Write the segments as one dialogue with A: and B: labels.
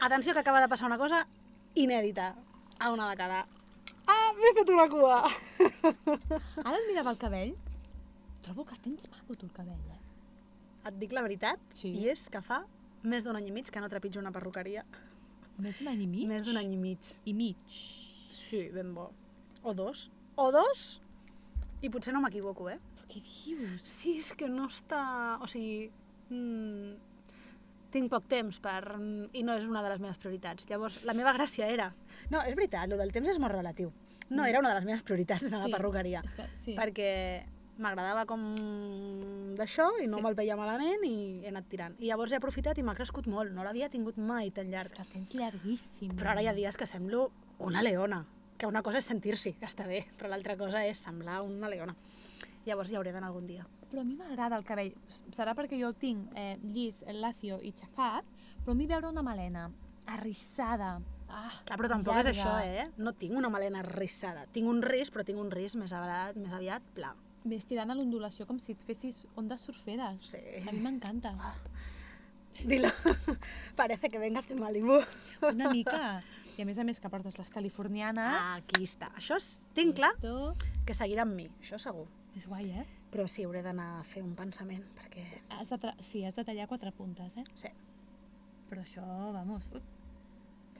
A: Atenció que acaba de passar una cosa inèdita a una dècada. Ah, m'he fet una cua!
B: Ara et mirava el cabell. Trobo que tens maco tu el cabell, eh?
A: Et dic la veritat,
B: Sí.
A: i és que fa més d'un any i mig que no trepitjo una perruqueria.
B: Més d'un any i mig?
A: Més d'un any i mig.
B: i mig.
A: Sí, ben bo. O dos. O dos, i potser no m'equivoco, eh?
B: Però què dius?
A: Sí, és que no està... O sigui... Mm, tinc poc temps per... mm, i no és una de les meves prioritats. Llavors, la meva gràcia era... No, és veritat, el del temps és molt relatiu. No, era una de les meves prioritats, anar Mm. sí. a
B: Sí.
A: la perruqueria.
B: És que, sí.
A: Perquè m'agradava com d'això i no
B: Sí.
A: me'l veia malament i he anat tirant. I llavors he aprofitat i m'ha crescut molt. No l'havia tingut mai tan
B: És
A: llarg.
B: que el tens llarguíssim.
A: Però ara hi ha dies que semblo una leona. Que una cosa és sentir-s'hi, que està bé, però l'altra cosa és semblar una leona. Llavors hi hauré d'anar algun dia.
B: Però a mi m'agrada el cabell. S- Serà perquè jo el tinc eh, llis, lacio i xafat, però a mi veure una melena arrissada... Ah,
A: Clar, però tampoc
B: llarga.
A: és això, eh? No tinc una melena rissada. Tinc un ris, però tinc un ris més aviat, més aviat pla.
B: Més tirant a l'ondulació com si et fessis ondes surferes.
A: Sí.
B: A mi m'encanta.
A: Dilo. Parece que vengas de Malibu.
B: Una mica. I a més a més que portes les californianes.
A: Ah, Aquí està. Això és... tinc clar
B: Esto...
A: que seguirà amb mi, això segur.
B: És guai, eh?
A: Però sí, hauré d'anar a fer un pensament, perquè...
B: Has de tra... Sí, has de tallar quatre puntes, eh?
A: Sí.
B: Però això, vamos... Ui.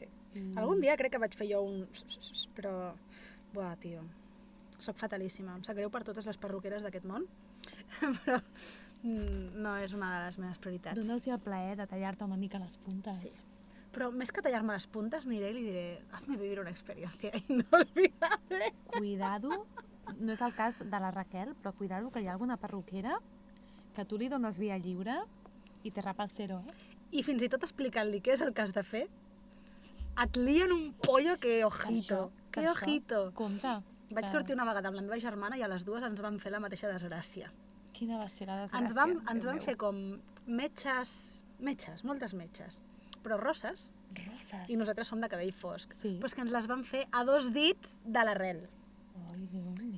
A: Sí.
B: Mm.
A: Algun dia crec que vaig fer jo un... Però... Buah, tio. Soc fatalíssima. Em sap greu per totes les perruqueres d'aquest món, però mm, no és una de les meves prioritats.
B: Dóna'ls el plaer de tallar-te una mica les puntes.
A: Sí. Però més que tallar-me les puntes, aniré i li diré hazme vivir una experiencia inolvidable.
B: Cuidado, no és el cas de la Raquel, però cuidado que hi ha alguna perruquera que tu li dones via lliure i te rapa el cero, eh?
A: I fins i tot explicant-li què és el que has de fer, et lien un pollo que ojito,
B: per
A: que
B: això,
A: ojito.
B: Compte.
A: Vaig
B: que-
A: sortir una vegada amb la meva germana i a les dues ens vam fer la mateixa desgràcia.
B: Quina va ser la desgràcia.
A: Ens vam, ens
B: Déu
A: vam
B: meu.
A: fer com metges, metges, moltes metges, però rosses,
B: Roses.
A: i nosaltres som de cabell fosc.
B: Sí.
A: Però és que ens les van fer a dos dits de l'arrel.
B: Ai, Déu meu.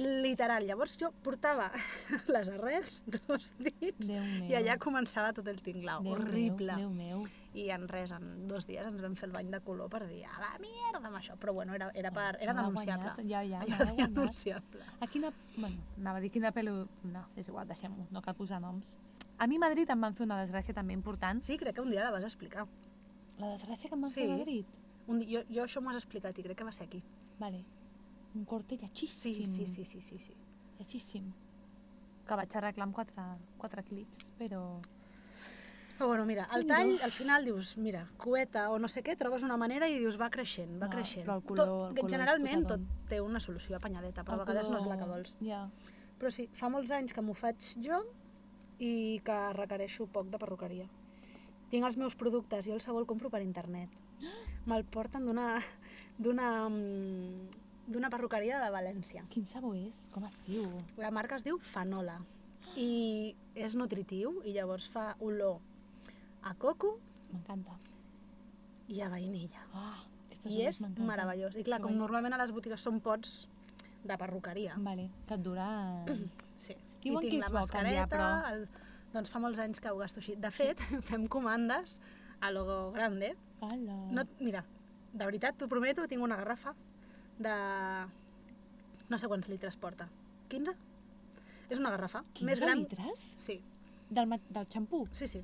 A: Literal. Llavors jo portava les arrels, dos dits,
B: Déu meu.
A: I allà començava tot el tinglau,
B: Déu
A: horrible.
B: Meu, Déu meu.
A: I en res, en dos dies ens vam fer el bany de color per dir a la mierda amb això. Però bueno, era, era, per, era
B: M'ha
A: denunciable.
B: guanyat, Ja, ja,
A: Allò
B: m'ha
A: era
B: guanyat.
A: denunciable.
B: A quina... Bueno, anava a dir quina pelu... No, és igual, deixem-ho, no cal posar noms. A mi a Madrid em van fer una desgràcia també important.
A: Sí, crec que un dia la vas explicar.
B: La desgràcia que em van
A: Sí.
B: fer a Madrid?
A: Un dia, jo, jo això m'ho has explicat i crec que va ser aquí.
B: Vale. Un corte
A: Sí,
B: llatxíssim.
A: sí, sí, sí, sí. sí.
B: Lletxíssim. Que vaig arreglar amb quatre, quatre clips, però...
A: Però bueno, mira, al
B: Déu-n'hi-do.
A: tall, al final dius, mira, cueta o no sé què, trobes una manera i dius, va creixent, va
B: No,
A: creixent.
B: però el color- el color és
A: generalment tot
B: putador.
A: té una solució apanyadeta, però
B: el
A: a vegades no és la
B: color-
A: que vols.
B: Ja.
A: Però sí, fa molts anys que m'ho faig jo i que requereixo poc de perruqueria. Tinc els meus productes, jo el sabó el compro per internet. Me'l porten d'una d'una mm, d'una perruqueria de València.
B: Quin sabó és? Com es diu?
A: La marca es diu Fanola i és nutritiu i llavors fa olor a coco
B: M'encanta.
A: i a vainilla.
B: Ah, aquestes
A: I
B: olors
A: és
B: m'encanten.
A: meravellós. I clar,
B: Que
A: com
B: guai.
A: normalment a les botigues són pots de perruqueria.
B: Vale, que et dura...
A: Sí.
B: Diuen
A: I tinc
B: que és
A: la
B: bo canviar,
A: mascareta,
B: però-
A: El... Doncs fa molts anys que ho gasto així. De fet, fem comandes a Logo Grande.
B: Hola.
A: No, mira, de veritat, t'ho prometo, tinc una garrafa de... No sé quants litres porta. 15? És una garrafa.
B: 15
A: Més gran...
B: litres?
A: Sí,
B: Del, ma- del xampú?
A: sí, sí.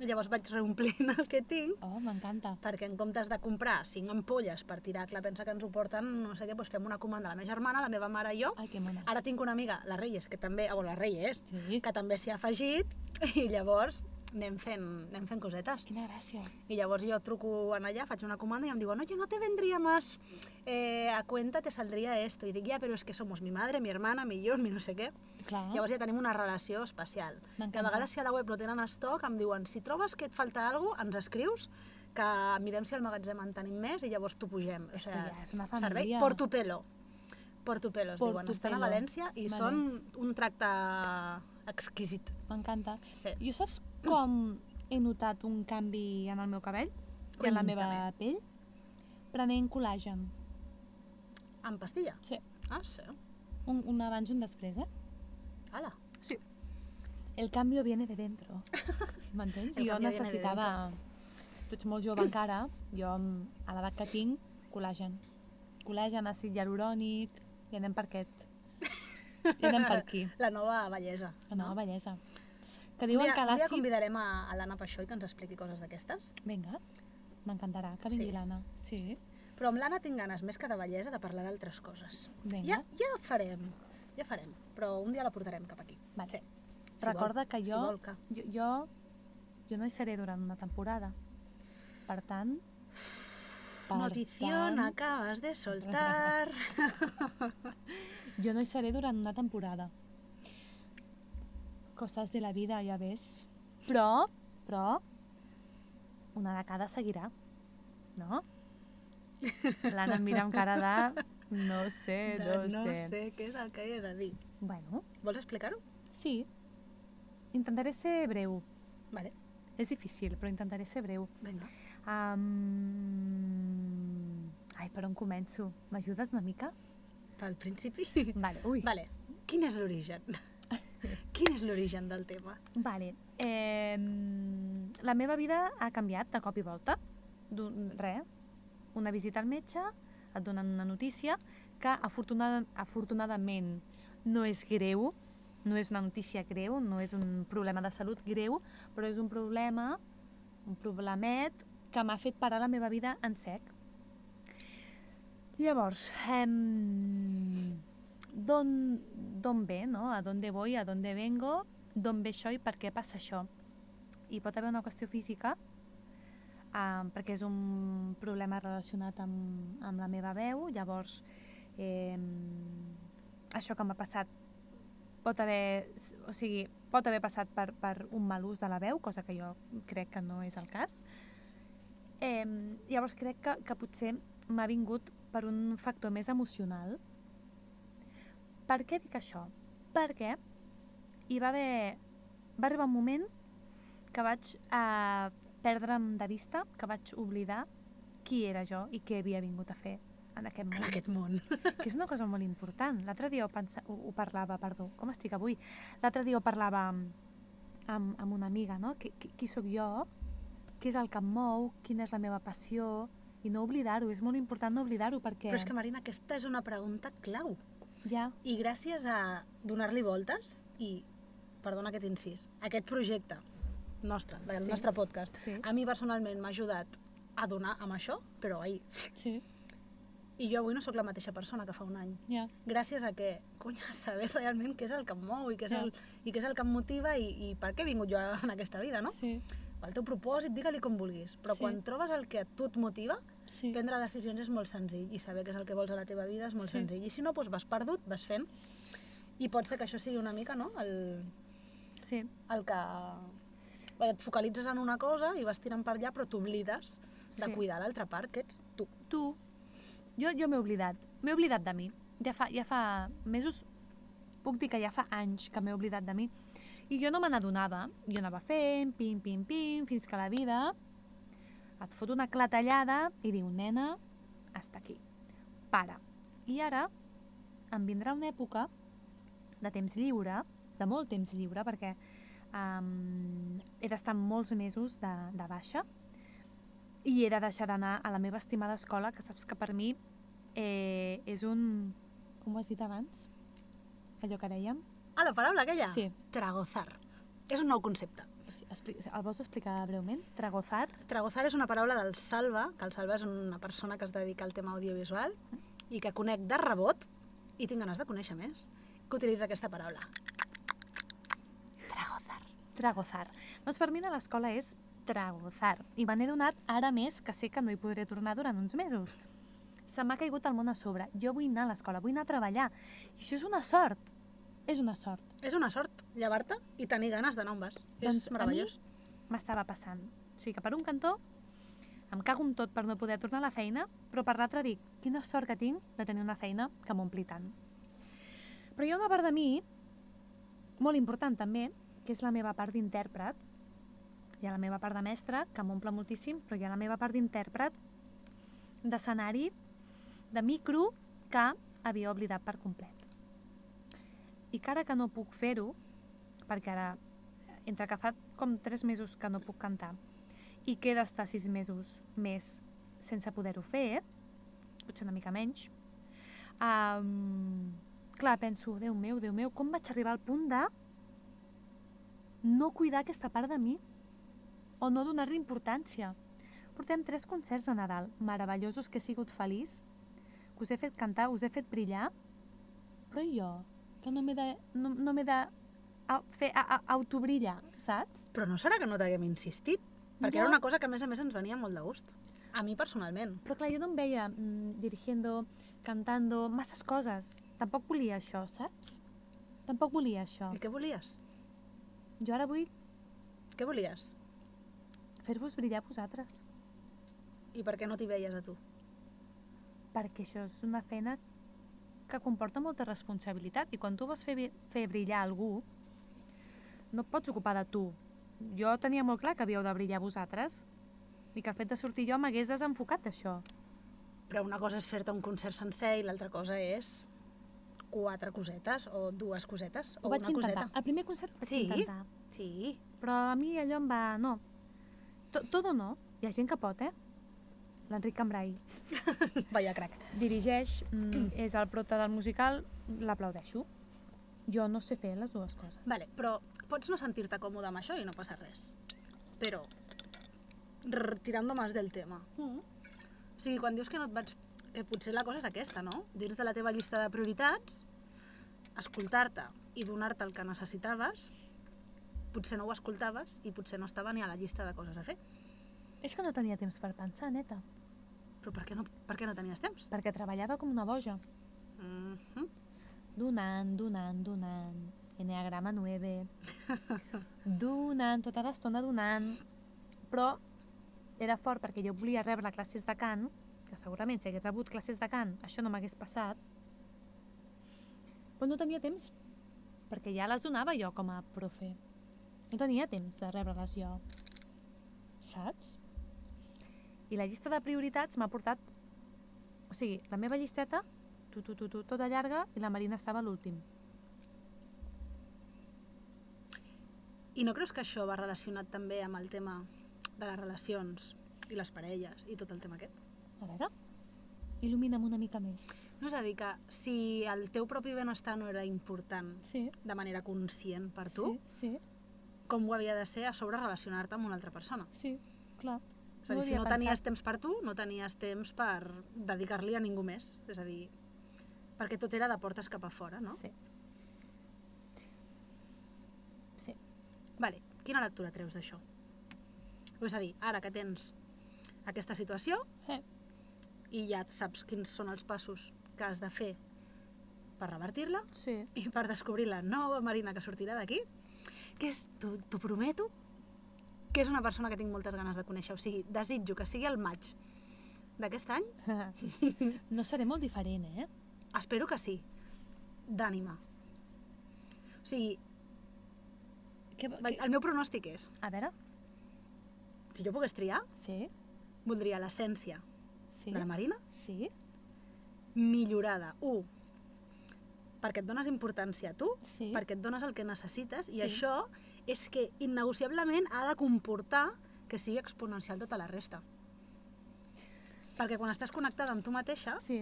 A: I llavors vaig reomplint el que tinc
B: Oh, m'encanta.
A: perquè en comptes de comprar cinc ampolles per tirar, clar, pensa que ens ho porten, no sé què, doncs fem una comanda a la meva germana, la meva mare i jo.
B: Ai, que mona.
A: Ara tinc una amiga, la Reyes, que també, o la Reyes,
B: Sí.
A: que també s'hi ha afegit i llavors anem fent, anem fent cosetes.
B: Quina gràcia.
A: I llavors jo truco en allà, faig una comanda i em diuen oye, no te vendría más eh, a cuenta, te saldría esto. I dic, ja, però és que somos mi madre, mi hermana, mi yo, mi no sé què.
B: Clar.
A: Llavors ja tenim una relació especial. Que
B: M'encanta.
A: a vegades si a la web no tenen estoc em diuen si trobes que et falta alguna cosa, ens escrius que mirem si al magatzem en tenim més i llavors t'ho pugem. O
B: És que
A: sigui,
B: ja és una
A: servei
B: família.
A: portopelo. Portopelo, es diuen. Estan a
B: Portopelo.
A: València i
B: Vale.
A: són un tracte exquisit.
B: M'encanta.
A: Sí.
B: Jo saps com he notat un canvi en el meu cabell i en la meva pell? Prenent col·làgen.
A: Amb pastilla?
B: Sí.
A: Ah, sí.
B: Un, un abans i un després, eh?
A: Hala. Sí.
B: El cambio viene de dentro. M'entens?
A: El
B: Jo
A: cambio viene de
B: necessitava Tu ets molt jove encara. Jo, mm, a l'edat que tinc, col·làgen. Col·làgen, àcid hialurònic... I anem per aquest. I anem per aquí.
A: La nova bellesa.
B: La nova bellesa. Que
A: Un
B: diuen
A: dia,
B: que
A: un dia
B: l'àcid...
A: convidarem a, a l'Anna Peixó i que ens expliqui coses d'aquestes.
B: Vinga, m'encantarà que vingui
A: Sí.
B: l'Anna. Sí.
A: Però amb l'Anna tinc ganes, més que de bellesa, de parlar d'altres coses. Ja,
B: Vinga.
A: ja farem, ja farem. Però un dia la portarem cap aquí.
B: Vale.
A: Sí. Si
B: Recorda
A: vol,
B: que jo,
A: Si vol que...
B: jo, jo, jo no hi seré durant una temporada. Per tant... per
A: Notición
B: tant,
A: acabas de soltar.
B: Jo no hi seré durant una temporada. Coses de la vida, ja ves. Però, però, una de cada seguirà, no? L'Anna em mira amb cara de... No sé, Eh, no,
A: De no
B: sé.
A: sé què és el que he de dir.
B: Bueno,
A: Vols explicar-ho?
B: sí. Intentaré ser breu.
A: Vale,
B: És difícil, però intentaré ser breu.
A: vinga.
B: Um... Ai, per on començo? M'ajudes una mica?
A: Pel principi.
B: Vale, ui.
A: Vale, quin és l'origen? Quin és l'origen del tema?
B: Vale. Ehm, la meva vida ha canviat de cop i volta. D'un res. Una visita al metge, et donen una notícia que afortunada, afortunadament no és greu, no és una notícia greu, no és un problema de salut greu, però és un problema, un problemet que m'ha fet parar la meva vida en sec. Llavors, ehm, d'on d'on ve, no? A d'on voy, a d'on vengo, d'on ve això i per què passa això. Hi pot haver una qüestió física, um, perquè és un problema relacionat amb, amb la meva veu, llavors eh, això que m'ha passat pot haver, o sigui, pot haver passat per, per un mal ús de la veu, cosa que jo crec que no és el cas. Eh, llavors crec que, que potser m'ha vingut per un factor més emocional. Per què dic això? Perquè hi va haver... Va arribar un moment que vaig eh, perdre'm de vista, que vaig oblidar qui era jo i què havia vingut a fer en aquest món
A: En aquest món.
B: que és una cosa molt important. L'altre dia ho, pensa... ho, ho parlava, perdó, com estic avui? L'altre dia ho parlava amb, amb, amb una amiga, no? Qui, qui, qui sóc jo? Què és el que em mou? Quina és la meva passió? I no oblidar-ho, és molt important no oblidar-ho perquè...
A: Però és que, Marina, aquesta és una pregunta clau.
B: Ja,
A: I gràcies a donar-li voltes i, perdona aquest incís, aquest projecte nostre, del
B: Sí.
A: nostre podcast,
B: sí,
A: a mi personalment m'ha ajudat a donar amb això, però ahir.
B: sí,
A: I jo avui no sóc la mateixa persona que fa un any.
B: ja,
A: Gràcies a que, cony, a saber realment què és el que em mou i què és
B: Ja.
A: el, i què és el que em motiva i, i per què he vingut jo en aquesta vida, no?
B: sí,
A: El teu propòsit, digue-li com vulguis, però
B: Sí.
A: quan trobes el que a tu et motiva,
B: sí.
A: prendre decisions és molt senzill i saber què és el que vols a la teva vida és molt sí.
B: Sí.
A: senzill. I si no, doncs vas perdut, vas fent. I pot ser que això sigui una mica, no?, el,
B: sí.
A: el que... Bé, et focalitzes en una cosa i vas tirant per allà, però t'oblides de
B: Sí.
A: cuidar l'altra part, que ets tu.
B: tu, jo, jo m'he oblidat, m'he oblidat de mi. Ja fa, ja fa mesos, puc dir que ja fa anys que m'he oblidat de mi. I jo no me n'adonava, jo anava fent, pim, pim, pim, fins que la vida et fot una clatellada i diu, nena, hasta aquí, para. I ara em vindrà una època de temps lliure, de molt temps lliure, perquè um, he d'estar molts mesos de, de baixa, i era deixar d'anar a la meva estimada escola, que saps que per mi eh, és un... Com ho has dit abans? Allò que dèiem?
A: Ah, la paraula aquella?
B: Sí.
A: Tragozar. És un nou concepte.
B: Sí, expli- El vols explicar breument? Tragozar?
A: Tragozar és una paraula del Salva, que el Salva és una persona que es dedica al tema audiovisual i que conec de rebot, i tinc ganes de conèixer més, que utilitza aquesta paraula.
B: Tragozar. Tragozar. Doncs per mi de l'escola és tragozar. I me n'he donat ara més que sé que no hi podré tornar durant uns mesos. Se m'ha caigut el món a sobre. Jo vull anar a l'escola, vull anar a treballar. I això és una sort. És una sort.
A: És una sort llevar-te i tenir ganes d'anar on vas.
B: Doncs
A: és meravellós.
B: m'estava passant. O sigui que per un cantó em cago en tot per no poder tornar a la feina, però per l'altre dic, quina sort que tinc de tenir una feina que m'ompli tant. Però hi ha una part de mi, molt important també, que és la meva part d'intèrpret. Hi ha la meva part de mestra, que m'omple moltíssim, però hi ha la meva part d'intèrpret, d'escenari, de micro, que havia oblidat per complet. I que ara que no puc fer-ho, perquè ara entre que fa com tres mesos que no puc cantar i que he d'estar sis mesos més sense poder-ho fer, eh? potser una mica menys, um, clar, penso, Déu meu, Déu meu, com vaig arribar al punt de no cuidar aquesta part de mi o no donar-li importància. Portem tres concerts a Nadal, meravellosos, que he sigut feliç, que us he fet cantar, us he fet brillar, però i jo, que no m'he de, no, no m'he de a, fer a, a, autobrillar, saps?
A: Però no serà que no t'haguem insistit? Perquè
B: Ja.
A: era una cosa que a més a més ens venia molt de gust. A mi personalment.
B: Però clar, jo no em veia mm, dirigiendo, cantando, masses coses. Tampoc volia això, saps? Tampoc volia això.
A: I què volies?
B: Jo ara vull
A: Què volies?
B: fer-vos brillar a vosaltres.
A: I per què no t'hi veies a tu?
B: perquè això és una feina que comporta molta responsabilitat i quan tu vas fer, bri- fer brillar algú no et pots ocupar de tu jo tenia molt clar que havíeu de brillar vosaltres i que el fet de sortir jo m'hagués desenfocat d'això
A: Però una cosa és fer-te un concert sencer i l'altra cosa és quatre cosetes o dues cosetes o
B: ho vaig
A: una
B: intentar,
A: coseta.
B: el primer concert ho vaig
A: Sí?
B: intentar
A: Sí.
B: però a mi allò em va, no To- tot o no, hi ha gent que pot, eh l'Enric Cambrai
A: Vaya crac.
B: dirigeix, mm, és el prota del musical l'aplaudeixo jo no sé fer les dues coses
A: Vale, però pots no sentir-te còmode amb això i no passa res. Però, rrr, tirando más del tema.
B: Mm.
A: O sigui, quan dius que no et vaig... Que potser la cosa és aquesta, no? Dins de la teva llista de prioritats, escoltar-te i donar-te el que necessitaves, potser no ho escoltaves i potser no estava ni a la llista de coses a fer.
B: És que no tenia temps per pensar, neta,
A: Però per què no, per què no tenies temps?
B: perquè treballava com una boja.
A: Mm
B: Donant, donant, donant. Enneagrama 9. donant, tota l'estona donant. Però era fort perquè jo volia rebre classes de cant, que segurament si hagués rebut classes de cant això no m'hagués passat, però no tenia temps, perquè ja les donava jo com a profe. No tenia temps de rebre-les jo, saps? I la llista de prioritats m'ha portat... O sigui, la meva llisteta tu, tu, tu, tu, tota llarga i la Marina estava a l'últim.
A: I no creus que això va relacionat també amb el tema de les relacions i les parelles i tot el tema aquest?
B: A veure, il·lumina'm una mica més.
A: No és a dir, que si el teu propi benestar no era important
B: Sí.
A: de manera conscient per tu,
B: Sí,
A: sí. com ho havia de ser a sobre relacionar-te amb una altra persona?
B: sí, sí clar.
A: És a dir,
B: No ho
A: si
B: havia
A: no
B: pensat.
A: tenies temps per tu, no tenies temps per dedicar-li a ningú més. És a dir, perquè tot era de portes cap a fora, no?
B: Sí. Sí.
A: Vale, quina lectura treus d'això? És a dir, ara que tens aquesta situació
B: Eh.
A: i ja saps quins són els passos que has de fer per revertir-la,
B: Sí.
A: i per descobrir la nova Marina que sortirà d'aquí, que és, t'ho t'ho prometo, que és una persona que tinc moltes ganes de conèixer. O sigui, desitjo que sigui el maig d'aquest any.
B: no seré molt diferent, eh?
A: Espero que sí. D'ànima. O sigui,
B: Que,
A: vaig- el meu pronòstic és,
B: A veure,
A: si jo pogués triar,
B: sí,
A: voldria l'essència
B: sí,
A: de la Marina
B: sí,
A: millorada. Un, perquè et dones importància a tu,
B: sí,
A: perquè et dones el que necessites i
B: Sí.
A: això és que innegociablement ha de comportar que sigui exponencial tota la resta. Perquè quan estàs connectada amb tu mateixa,
B: sí,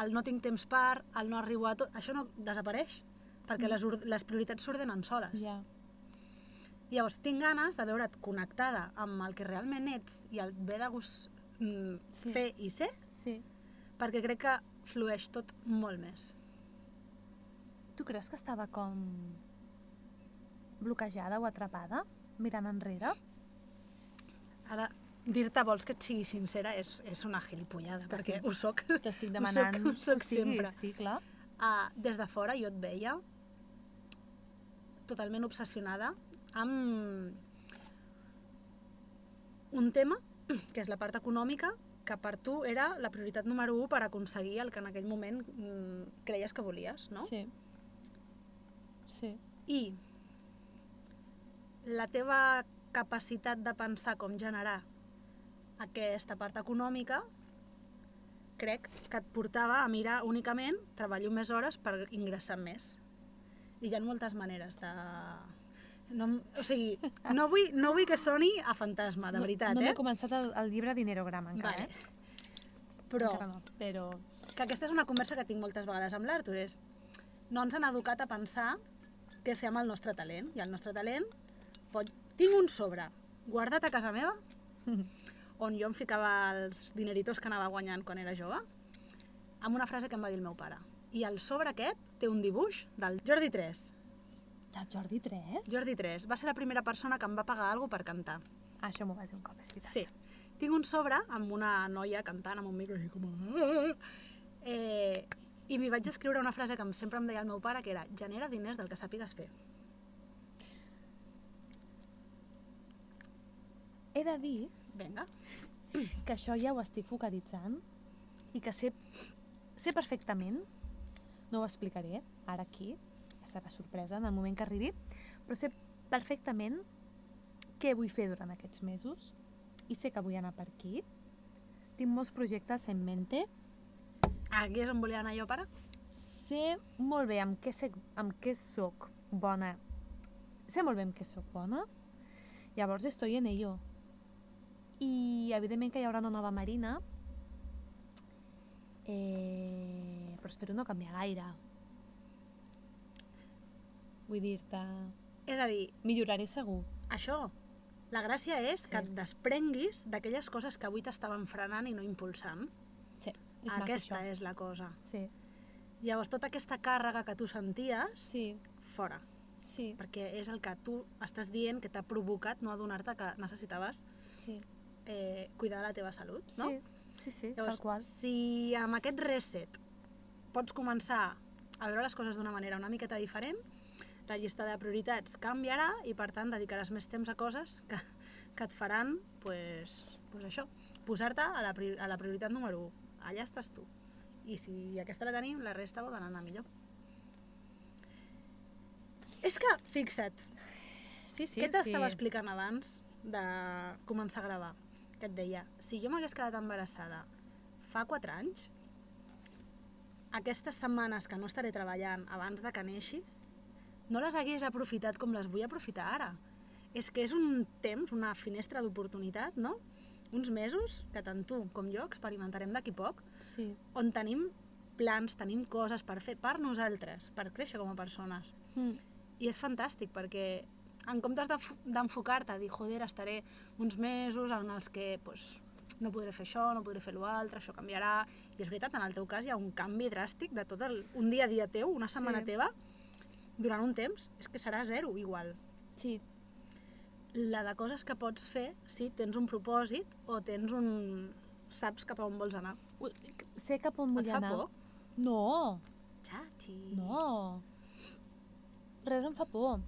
A: el no tinc temps per, el no arribo a tot, això no desapareix, perquè
B: Mm.
A: les, or- les prioritats s'ordenen soles.
B: ja,
A: Llavors, tinc ganes de veure't connectada amb el que realment ets i el bé de gust mm,
B: Sí.
A: fer i ser,
B: sí.
A: perquè crec que flueix tot molt més.
B: Tu creus que estava com bloquejada o atrapada, mirant enrere?
A: Ara, dir-te vols que et sigui sincera és, és una gilipollada,
B: Que
A: perquè
B: sí.
A: ho soc.
B: T'estic
A: soc-
B: demanant...
A: ho soc
B: o sigui,
A: sempre.
B: Sí, clar.
A: Ah, des de fora jo et veia totalment obsessionada amb un tema, que és la part econòmica, que per tu era la prioritat número 1 per aconseguir el que en aquell moment mm, creies que volies, no?
B: Sí. Sí.
A: I la teva capacitat de pensar com generar aquesta part econòmica crec que et portava a mirar únicament treballo més hores per ingressar més. I hi ha moltes maneres de... No, em- o sigui, no vull, no vull que soni a fantasma, de
B: No-
A: veritat,
B: no, No
A: eh?
B: m'he començat el, el llibre d'Inerograma
A: Vale.
B: encara, eh?
A: Però
B: Encara no, però...
A: que aquesta és una conversa que tinc moltes vegades amb l'Artur, és no ens han educat a pensar què fer amb el nostre talent, i el nostre talent pot... Tinc un sobre guardat a casa meva, on jo em ficava els dineritos que anava guanyant quan era jove, amb una frase que em va dir el meu pare. I el sobre aquest té un dibuix del Jordi 3.
B: Del Jordi 3?
A: Jordi 3 va ser la primera persona que em va pagar alguna per cantar.
B: Ah, això m'ho vas dir un cop, és veritat.
A: Sí. Tinc un sobre amb una noia cantant amb un micro així com... "Ah". Eh, I m'hi vaig escriure una frase que em- sempre em deia el meu pare, que era genera diners del que sàpigues fer.
B: He de dir
A: Vinga.
B: que això ja ho estic focalitzant i que sé, sé perfectament, no ho explicaré ara aquí, ja serà sorpresa en el moment que arribi, però sé perfectament què vull fer durant aquests mesos i sé que vull anar per aquí. Tinc molts projectes en mente,
A: Aquí és on volia anar jo, pare?
B: sé molt bé amb què, sé, amb què soc bona. Sé molt bé amb què soc bona. Llavors estoy en ello. I evidentment que hi haurà una nova Marina. Eh, però espero no canviar gaire. Vull dir-te...
A: És a dir,
B: Milloraré segur.
A: això, la gràcia és
B: Sí.
A: que et desprenguis d'aquelles coses que avui t'estaven frenant i no impulsant.
B: Sí, és maco
A: aquesta eh?
B: això.
A: és la cosa.
B: Sí,
A: Llavors, tota aquesta càrrega que tu senties,
B: sí,
A: fora.
B: sí,
A: Perquè és el que tu estàs dient que t'ha provocat no adonar-te que necessitaves
B: sí.
A: eh, cuidar la teva salut, no?
B: Sí, sí, sí, tal qual.
A: si amb aquest reset pots començar a veure les coses d'una manera una miqueta diferent, la llista de prioritats canviarà i, per tant, dedicaràs més temps a coses que, que et faran, pues, pues això, posar-te a, la prior- a la prioritat número 1. Allà estàs tu. I si aquesta la tenim, la resta pot anar millor. És que, fixa't,
B: Sí, sí,
A: sí, què t'estava explicant abans de començar a gravar? Que et deia, si jo m'hagués quedat embarassada fa 4 anys, aquestes setmanes que no estaré treballant abans de que neixi, no les hagués aprofitat com les vull aprofitar ara. És que és un temps, una finestra d'oportunitat, no? Uns mesos que tant tu com jo experimentarem d'aquí poc,
B: Sí.
A: on tenim plans, tenim coses per fer per nosaltres, per créixer com a persones.
B: Mm.
A: I és fantàstic perquè en comptes d'enf- d'enfocar-te a dir, joder, estaré uns mesos en els que pues, no podré fer això, no podré fer l'altre, això canviarà... I és veritat, en el teu cas hi ha un canvi dràstic de tot el, un dia a dia teu, una setmana
B: Sí.
A: teva, durant un temps, és que serà zero igual.
B: Sí,
A: La de coses que pots fer si tens un propòsit o tens un... saps cap a on vols anar.
B: Ui, sé cap on
A: Et
B: vull
A: fa
B: anar.
A: por?
B: No,
A: Chachi.
B: no. Res em fa por.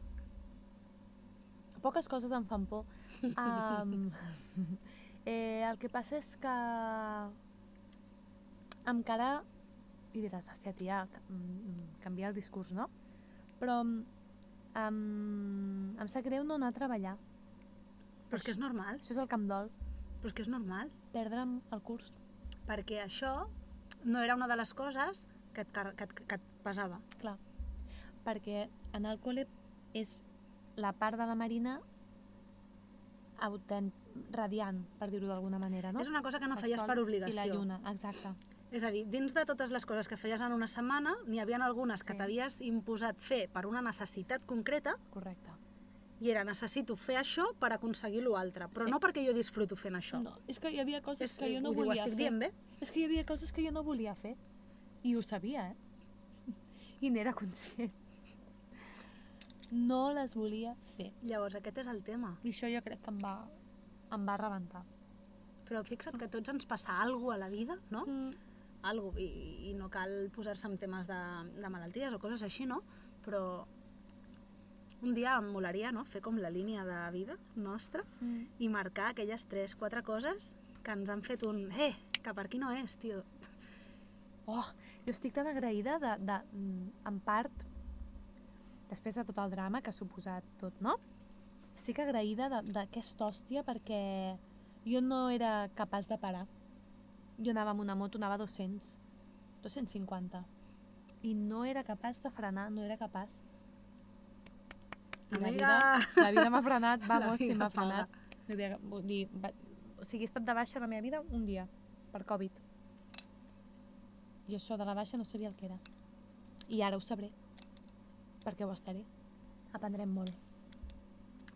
B: Poques coses em fan por. Um, eh, el que passa és que encara... I diràs, hòstia, tia, ca- mm, mm, canvia el discurs, no? Però um, em sap greu no anar a treballar.
A: Però és que és normal,
B: Això és el que em dol,
A: però és que és normal.
B: perdre'm el curs.
A: perquè això no era una de les coses que et, car- que et, que et pesava.
B: Clar, perquè en el col·le és la part de la Marina autent... radiant, per dir-ho d'alguna manera,
A: No?
B: no?
A: És una cosa que no
B: El
A: feies
B: sol
A: per
B: I la
A: obligació.
B: lluna, exacte.
A: És a dir, dins de totes les coses que feies en una setmana, n'hi havia algunes que
B: Sí.
A: t'havies imposat fer per una necessitat concreta
B: Correcte.
A: i era necessito fer això per aconseguir l'altre, però
B: Sí.
A: no perquè jo disfruto fent això.
B: No, és que hi havia coses
A: És-
B: que jo no
A: ho diu,
B: volia
A: estic
B: fer.
A: dient bé?
B: És que hi havia coses que jo no volia fer. I ho sabia, eh? I n'era conscient. No les volia fer.
A: Llavors, aquest és el tema.
B: I això jo crec que em va, em va rebentar.
A: Però fixa't que a tots ens passa alguna a la vida, no?
B: Mm.
A: algo i, i no cal posar-se en temes de, de malalties o coses així, no? Però un dia em molaria no? fer com la línia de vida nostra
B: Mm.
A: i marcar aquelles 3-4 coses que ens han fet un eh, que per aquí no és, tio.
B: Oh, jo estic tan agraïda de, de, mm, en part, després de tot el drama que ha suposat tot, no? Estic agraïda de- d'aquesta hòstia perquè jo no era capaç de parar. Jo anava amb una moto, anava a 200, 250. I no era capaç de frenar, no era capaç. I la
A: Amiga.
B: vida, la vida m'ha frenat, vamos,
A: vida
B: sí, m'ha
A: paga.
B: frenat. Vull dir, vull dir, va, o sigui, he estat de baixa a la meva vida un dia, per Covid. I això de la baixa no sabia el que era. I ara ho sabré, perquè ho estaré. Aprendrem molt.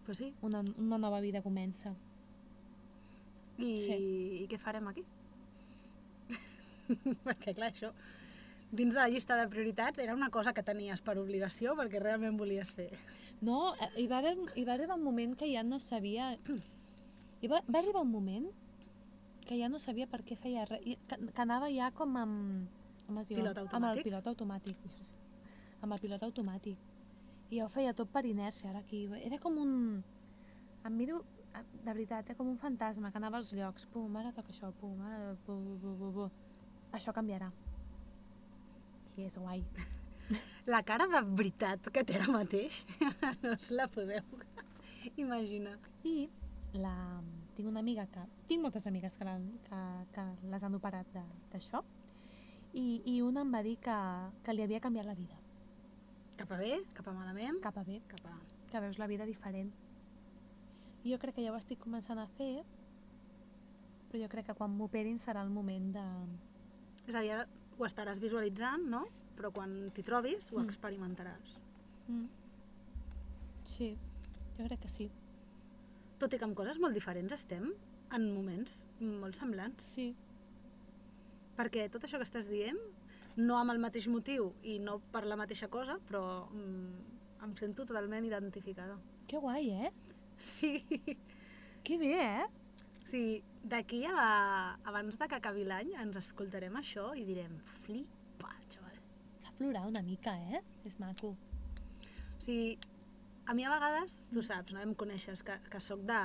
A: Pues sí.
B: Una, una nova vida comença.
A: I,
B: Sí.
A: I què farem aquí? perquè clar, això dins de la llista de prioritats era una cosa que tenies per obligació perquè realment volies fer.
B: No, eh, hi va, haver, hi va arribar un moment que ja no sabia... Hi va, va arribar un moment que ja no sabia per què feia res, i que, que anava ja com amb... Com es diu?
A: Pilot
B: Amb el
A: automàtic?
B: pilot automàtic. Amb el pilot automàtic. I ja ho feia tot per inèrcia, ara aquí. Era com un... Em miro, eh, de veritat, eh, com un fantasma que anava als llocs. Pum, ara toca això, pum, ara... Bu, bu, bu, bu, bu. Això canviarà. I és guai.
A: La cara de veritat que té ara mateix no us la podeu imaginar.
B: I la... tinc una amiga que... Tinc moltes amigues que, l'han- que, que les han operat de- d'això. I, I una em va dir que, que li havia canviat la vida.
A: Cap a bé, cap a malament,
B: Cap a bé,
A: cap a...
B: que veus la vida diferent. I Jo crec que ja ho estic començant a fer, però jo crec que quan m'operin serà el moment de...
A: És a dir, ara ho estaràs visualitzant, no? Però quan t'hi trobis ho
B: Mm.
A: experimentaràs.
B: Mm. Sí, jo crec que sí.
A: Tot i que amb coses molt diferents estem en moments molt semblants.
B: Sí,
A: Perquè tot això que estàs dient, no amb el mateix motiu i no per la mateixa cosa, però mm, em sento totalment identificada.
B: que guai, eh?
A: Sí,
B: Que bé, eh?
A: sí d'aquí a... abans de que acabi l'any ens escoltarem això i direm flipa, xaval.
B: Fa plorar una mica, eh? És maco.
A: O sigui, a mi a vegades, tu saps, no? em coneixes, que, que sóc de,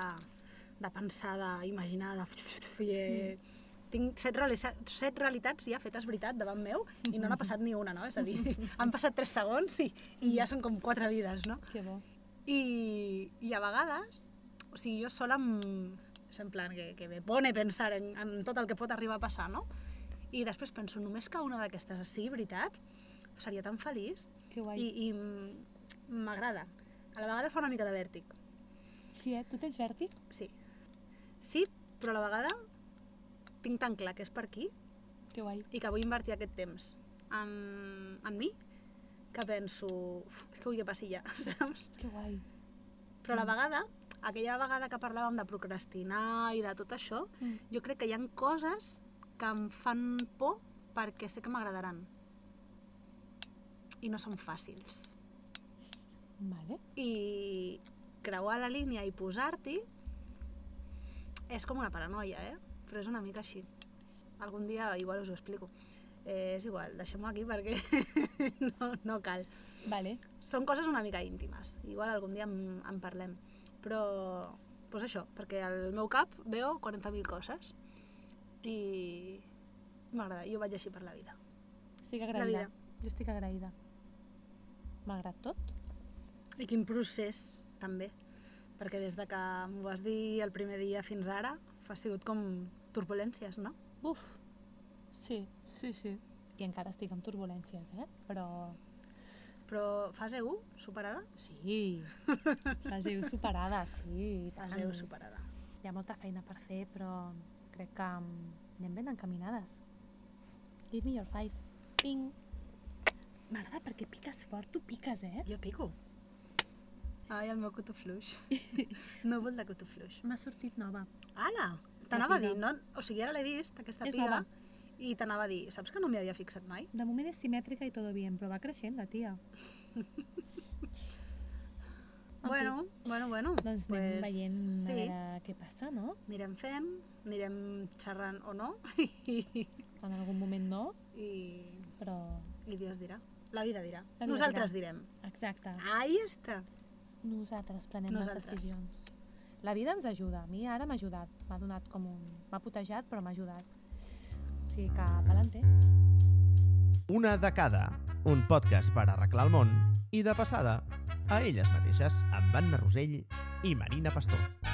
A: de pensar, d'imaginar, de... I, eh, Tinc set, reali set realitats ja fetes veritat davant meu i no n'ha passat ni una, no? És a dir, han passat tres segons i, i ja són com quatre vides, no?
B: Que bo.
A: I, i a vegades, o sigui, jo sola em... És en plan que, que me pone pensar en, en tot el que pot arribar a passar, no? I després penso, només que una d'aquestes sigui veritat, seria tan feliç
B: Que guai.
A: i, i m- m'agrada. A la vegada fa una mica de vèrtic,
B: Sí, eh? Tu tens vèrtic?
A: sí. Sí, però a la vegada tinc tan clar que és per aquí
B: Que guai.
A: i que vull invertir aquest temps en, en mi que penso, "Uf, és que vull que passi ja, saps?
B: Que guai.
A: Però a la vegada, aquella vegada que parlàvem de procrastinar i de tot això,
B: Mm.
A: jo crec que hi han coses que em fan por perquè sé que m'agradaran. I no són fàcils.
B: Vale.
A: I creuar la línia i posar-t'hi és com una paranoia, eh? Però és una mica així. Algun dia igual us ho explico. Eh, és igual, deixem-ho aquí perquè no, no cal.
B: Vale.
A: són coses una mica íntimes. Igual algun dia en, en parlem. Però, doncs això, perquè al meu cap veo 40.000 coses i m'agrada, jo vaig així per la vida.
B: Estic agraïda.
A: vida.
B: Jo estic agraïda. Malgrat tot.
A: I quin procés, també. Perquè des de que m'ho vas dir el primer dia fins ara, ha sigut com turbulències, no?
B: Buf. Sí, sí, sí. I encara estic amb turbulències, eh? Però...
A: Però fase 1, superada?
B: Sí. Les heu superada, sí. i
A: Fase
B: tant.
A: 1, superada.
B: Hi ha molta feina per fer, però crec que mm, anem ben encaminades. Give me your five. Ping. M'agrada perquè piques fort, tu piques, eh?
A: Jo pico. Ai, el meu coto fluix. no vol de coto fluix.
B: M'ha sortit nova.
A: Ala, t'anava a
B: piga.
A: dir, no? o sigui, ara l'he vist, aquesta
B: És
A: piga,
B: nova.
A: i t'anava a dir, saps que no m'hi havia fixat mai?
B: De moment és simètrica i todo bien, però va creixent la tia. En fi,
A: Bueno, bueno, bueno.
B: doncs anem
A: pues,
B: veient a
A: Sí,
B: veure què passa, no?
A: anirem fent, anirem xerrant o no, i,
B: En algun moment no,
A: i,
B: però...
A: i Dios dirà. La vida dirà.
B: La vida
A: Nosaltres direm.
B: Exacte.
A: Ahí està.
B: Nosaltres prenem
A: Nosaltres.
B: les decisions. La vida ens ajuda. A mi ara m'ha ajudat. M'ha donat com un... M'ha putejat, però m'ha ajudat. O sigui que, pa'lante.
C: Una de cada, un podcast per arreglar el món i, de passada, a elles mateixes amb Anna Rosell i Marina Pastor.